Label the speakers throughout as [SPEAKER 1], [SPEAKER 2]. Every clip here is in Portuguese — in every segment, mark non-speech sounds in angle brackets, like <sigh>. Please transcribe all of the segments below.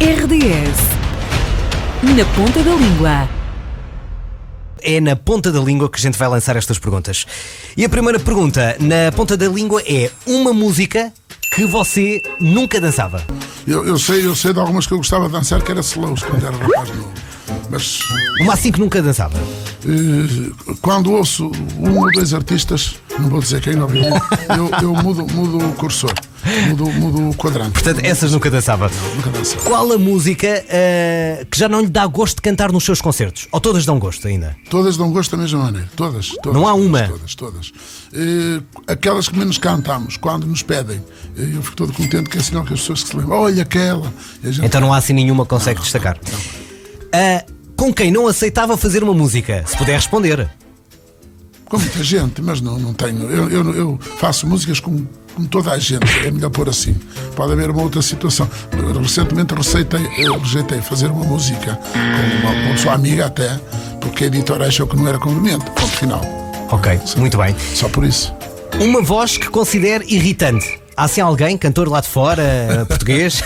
[SPEAKER 1] RDS na ponta da língua.
[SPEAKER 2] É na ponta da língua que a gente vai lançar estas perguntas. E a primeira pergunta na ponta da língua é uma música que você nunca dançava.
[SPEAKER 3] Eu, eu sei, eu sei de algumas que eu gostava de dançar, que era slows quando era rapaz novo. Mas
[SPEAKER 2] Uma assim que nunca dançava.
[SPEAKER 3] eh, quando ouço um ou dois artistas, não vou dizer quem, obviamente, eu, eu mudo, mudo o cursor, mudo, mudo o quadrante.
[SPEAKER 2] Portanto, é- essas nunca dançava.
[SPEAKER 3] Nunca dançava.
[SPEAKER 2] Qual a música ah, que já não lhe dá gosto de cantar nos seus concertos? Ou todas dão gosto ainda?
[SPEAKER 3] Todas dão gosto da mesma maneira. Todas. todas
[SPEAKER 2] Não há
[SPEAKER 3] todas,
[SPEAKER 2] uma.
[SPEAKER 3] Todas, todas. Eh, aquelas que menos cantamos, quando nos pedem, eh, eu fico todo contente que é sinal que as pessoas que se lembram, olha aquela. E a gente-
[SPEAKER 2] Então não há assim nenhuma que consegue destacar. Ah, com quem não aceitava fazer uma música? Se puder responder.
[SPEAKER 3] Com muita gente, mas não, não tenho. Eu, eu, eu faço músicas como, como toda a gente, é melhor pôr assim. Pode haver uma outra situação. Eu Recentemente receitei, eu rejeitei fazer uma música com uma, uma pessoa amiga até, porque a editora achou que não era conveniente. Ponto final.
[SPEAKER 2] Ok, muito bem.
[SPEAKER 3] Só por isso.
[SPEAKER 2] Uma voz que considere irritante. Há assim alguém, cantor lá de fora, ah, português?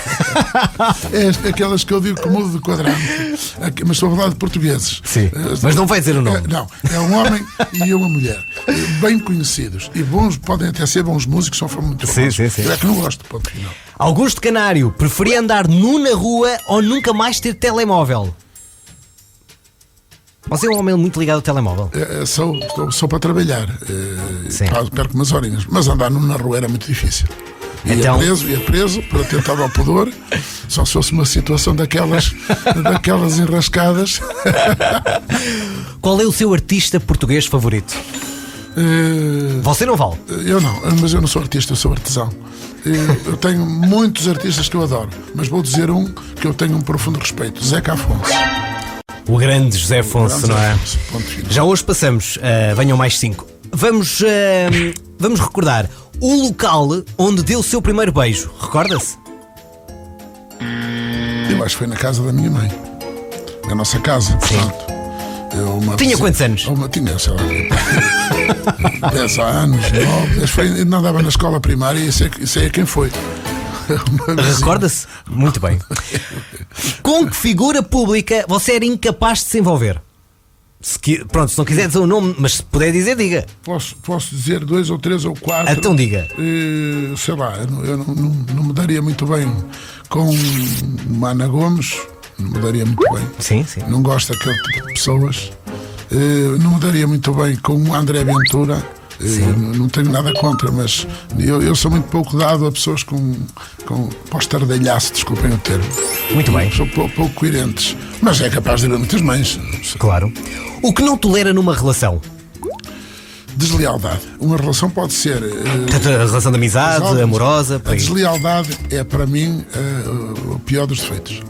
[SPEAKER 2] <laughs>
[SPEAKER 3] É aquelas que eu digo que mudo de quadrante. Aqui- Mas estou a falar de portugueses.
[SPEAKER 2] Sim,
[SPEAKER 3] Eh,
[SPEAKER 2] mas não vai dizer o nome.
[SPEAKER 3] É, não, é um homem e uma mulher. eh, Bem conhecidos. E bons, podem até ser bons músicos, são muito bons.
[SPEAKER 2] Sim, sim, sim.
[SPEAKER 3] Eu é que não gosto, ponto final.
[SPEAKER 2] Augusto Canário, preferia andar nu na rua ou nunca mais ter telemóvel? Você é um homem muito ligado ao telemóvel.
[SPEAKER 3] Eh, eh, Sou, estou- sou para trabalhar. eh,
[SPEAKER 2] Sim.
[SPEAKER 3] pa- Perco umas horinhas. Mas andar na rua era muito difícil. Ia
[SPEAKER 2] Então-
[SPEAKER 3] preso, ia preso, para tentar ao pudor. Só se fosse uma situação
[SPEAKER 2] <laughs>
[SPEAKER 3] daquelas, daquelas enrascadas.
[SPEAKER 2] Qual é o seu artista português favorito?
[SPEAKER 3] Eh,
[SPEAKER 2] Você não vale.
[SPEAKER 3] Eu não, mas eu não sou artista, eu sou artesão. Eh, Eu tenho muitos artistas que eu adoro, mas vou dizer um que eu tenho um profundo respeito: Zeca Afonso.
[SPEAKER 2] O grande José Afonso,
[SPEAKER 3] Vamos
[SPEAKER 2] não é?
[SPEAKER 3] Afonso, ponto final.
[SPEAKER 2] Já hoje passamos, ah, venham mais cinco. Vamos, ah, vamos recordar o local onde deu o seu primeiro beijo. Recorda-se?
[SPEAKER 3] Eu acho que foi na casa da minha mãe. Na nossa casa, portanto. Eu, uma
[SPEAKER 2] Tinha quantos anos?
[SPEAKER 3] Uma, tinha, sei lá. <laughs> 10 anos, 9, dez, foi, ainda andava na escola primária é e sei, e sei a quem foi. Uma vizinha.
[SPEAKER 2] Recorda-se? Muito bem. Com que figura pública você era incapaz de se envolver? Se qui- Pronto, se não quiser dizer o nome, mas se puder dizer, diga.
[SPEAKER 3] Posso, posso dizer dois ou três ou quatro.
[SPEAKER 2] Então diga.
[SPEAKER 3] Eh, sei lá, eu, não, eu não- não- não me daria muito bem com Mana Gomes, não me daria muito bem.
[SPEAKER 2] Sim, sim.
[SPEAKER 3] Não gosto daquele tipo de pessoas. Eh, não me daria muito bem com o André Ventura. Eh, n- não tenho nada contra, mas eu, eu sou muito pouco dado a pessoas com, com pós-tardalhaço, desculpem o termo.
[SPEAKER 2] Muito bem.
[SPEAKER 3] Sou pou- pouco coerentes. Mas é capaz de haver muitas mães.
[SPEAKER 2] Claro. O que não tolera numa relação?
[SPEAKER 3] Deslealdade. Uma relação pode ser. eh,
[SPEAKER 2] Portanto, a relação de amizade,
[SPEAKER 3] Exato.
[SPEAKER 2] amorosa, por
[SPEAKER 3] A
[SPEAKER 2] aí.
[SPEAKER 3] deslealdade é para mim eh, o pior dos defeitos.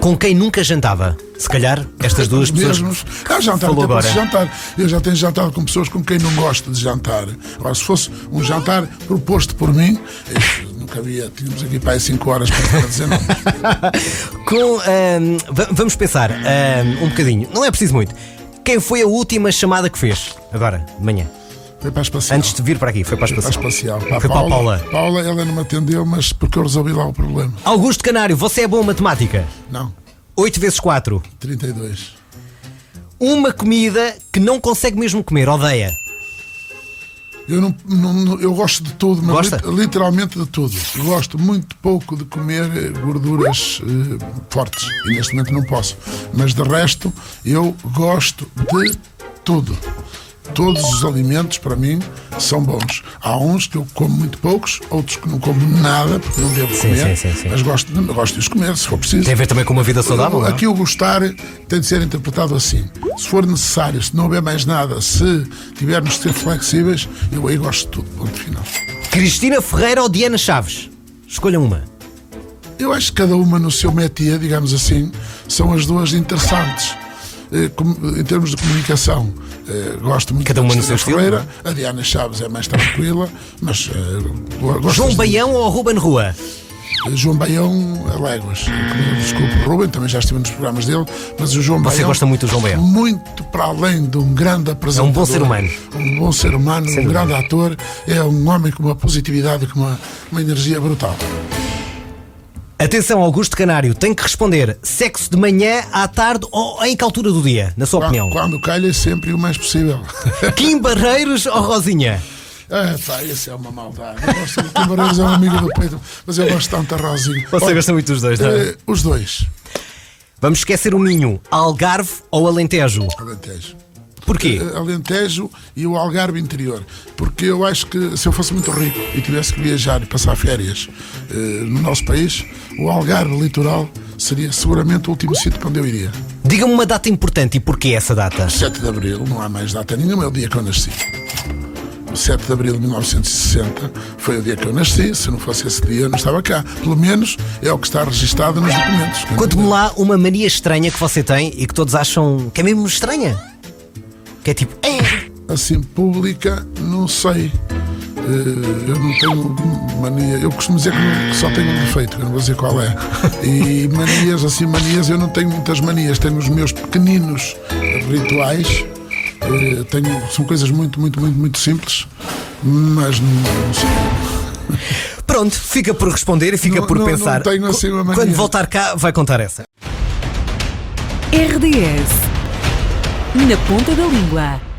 [SPEAKER 2] com quem nunca jantava? Se calhar estas duas pessoas.
[SPEAKER 3] Mesmos. Ah, jantar,
[SPEAKER 2] falou
[SPEAKER 3] até
[SPEAKER 2] agora.
[SPEAKER 3] posso jantar. Eu já tenho jantado com pessoas com quem não gosto de jantar. Agora, se fosse um jantar proposto por mim, eh, nunca havia, tínhamos aqui para aí 5 horas para estar a dizer não.
[SPEAKER 2] <laughs> Com, ahm, va- vamos pensar ahm, um bocadinho. Não é preciso muito. Quem foi a última chamada que fez? Agora, de manhã.
[SPEAKER 3] Foi para a espacial.
[SPEAKER 2] Antes de vir para aqui, foi para a
[SPEAKER 3] Para a
[SPEAKER 2] espacial.
[SPEAKER 3] espacial. Para a
[SPEAKER 2] Foi para a
[SPEAKER 3] Paula.
[SPEAKER 2] Paula.
[SPEAKER 3] Paula, ela não me atendeu, mas porque eu resolvi lá o problema.
[SPEAKER 2] Augusto Canário, você é bom em matemática?
[SPEAKER 3] Não,
[SPEAKER 2] 8 vezes 4.
[SPEAKER 3] 32.
[SPEAKER 2] Uma comida que não consegue mesmo comer, odeia.
[SPEAKER 3] Eu, não, não- não- eu gosto de tudo, mas
[SPEAKER 2] Gosta?
[SPEAKER 3] lit- literalmente de tudo. Gosto muito pouco de comer eh, gorduras eh, fortes. E neste momento não posso. Mas de resto, eu gosto de tudo. Todos os alimentos, para mim, são bons. Há uns que eu como muito poucos, outros que não como nada, porque não devo
[SPEAKER 2] Sim,
[SPEAKER 3] comer.
[SPEAKER 2] sim, sim, sim.
[SPEAKER 3] Mas gosto de, gosto de os comer, se for preciso.
[SPEAKER 2] Tem a ver também com uma vida saudável? não é?
[SPEAKER 3] Aqui o gostar tem de ser interpretado assim. Se for necessário, se não houver mais nada, se tivermos de ser flexíveis, eu aí gosto de tudo. Ponto final.
[SPEAKER 2] Cristina Ferreira ou Diana Chaves? Escolham uma.
[SPEAKER 3] Eu acho que cada uma no seu métier, digamos assim, são as duas interessantes. Eh, como- Em termos de comunicação, eh, gosto muito
[SPEAKER 2] Cada uma
[SPEAKER 3] da
[SPEAKER 2] no seu
[SPEAKER 3] Cristina
[SPEAKER 2] estilo,
[SPEAKER 3] Ferreira. A Diana Chaves é mais tranquila, mas eh, go- gosto
[SPEAKER 2] João
[SPEAKER 3] das-
[SPEAKER 2] Baião ou Ruben Rua?
[SPEAKER 3] João Baião a Léguas. Desculpe, Ruben, também já estive nos programas dele, mas o João
[SPEAKER 2] Você
[SPEAKER 3] Baião.
[SPEAKER 2] gosta muito do João Baião? É
[SPEAKER 3] Muito para além de um grande apresentador.
[SPEAKER 2] bom ser humano.
[SPEAKER 3] Um bom ser humano, um grande ator. É um homem com uma positividade e com uma, uma energia brutal.
[SPEAKER 2] Atenção, Augusto Canário, tem que responder sexo de manhã, à tarde ou em que altura do dia, na sua opinião?
[SPEAKER 3] Quando, quando calha, é sempre o mais possível. <laughs>
[SPEAKER 2] Kim Barreiros ou Rosinha?
[SPEAKER 3] Ah, pá, isso é uma maldade. Eu gosto muito do Barreiros, é um amigo do peito, mas eu gosto tanto da Rosinha.
[SPEAKER 2] Você
[SPEAKER 3] Olha,
[SPEAKER 2] gosta muito dos dois, não é?
[SPEAKER 3] eh, Os dois.
[SPEAKER 2] Vamos esquecer o Minho, Algarve ou Alentejo?
[SPEAKER 3] Alentejo.
[SPEAKER 2] Porquê?
[SPEAKER 3] Eh, Alentejo e o Algarve interior. Porque eu acho que se eu fosse muito rico e tivesse que viajar e passar férias eh, no nosso país, o Algarve litoral seria seguramente o último sítio para onde eu iria.
[SPEAKER 2] Diga-me uma data importante e porquê essa data?
[SPEAKER 3] 7 de Abril, não há mais data nenhuma, é o dia que eu nasci. O 7 de Abril de 1960 foi o dia que eu nasci, se não fosse esse dia eu não estava cá. Pelo menos é o que está registado nos documentos.
[SPEAKER 2] Conte-me lá uma mania estranha que você tem e que todos acham que é mesmo estranha. Que é tipo, "Eh,
[SPEAKER 3] Assim, pública, não sei. Eh, Eu não tenho mania. Eu costumo dizer que, não- que só tenho um defeito, eu não vou dizer qual é. E manias, assim, manias, eu não tenho muitas manias. Tenho os meus pequeninos rituais. Eh, Tenho, são coisas muito, muito, muito, muito simples. Mas não, não sei.
[SPEAKER 2] Pronto, fica por responder e fica
[SPEAKER 3] Não-
[SPEAKER 2] por
[SPEAKER 3] não- não
[SPEAKER 2] pensar.
[SPEAKER 3] tenho assim uma mania.
[SPEAKER 2] Quando voltar cá, vai contar essa.
[SPEAKER 1] RDS. Na ponta da língua.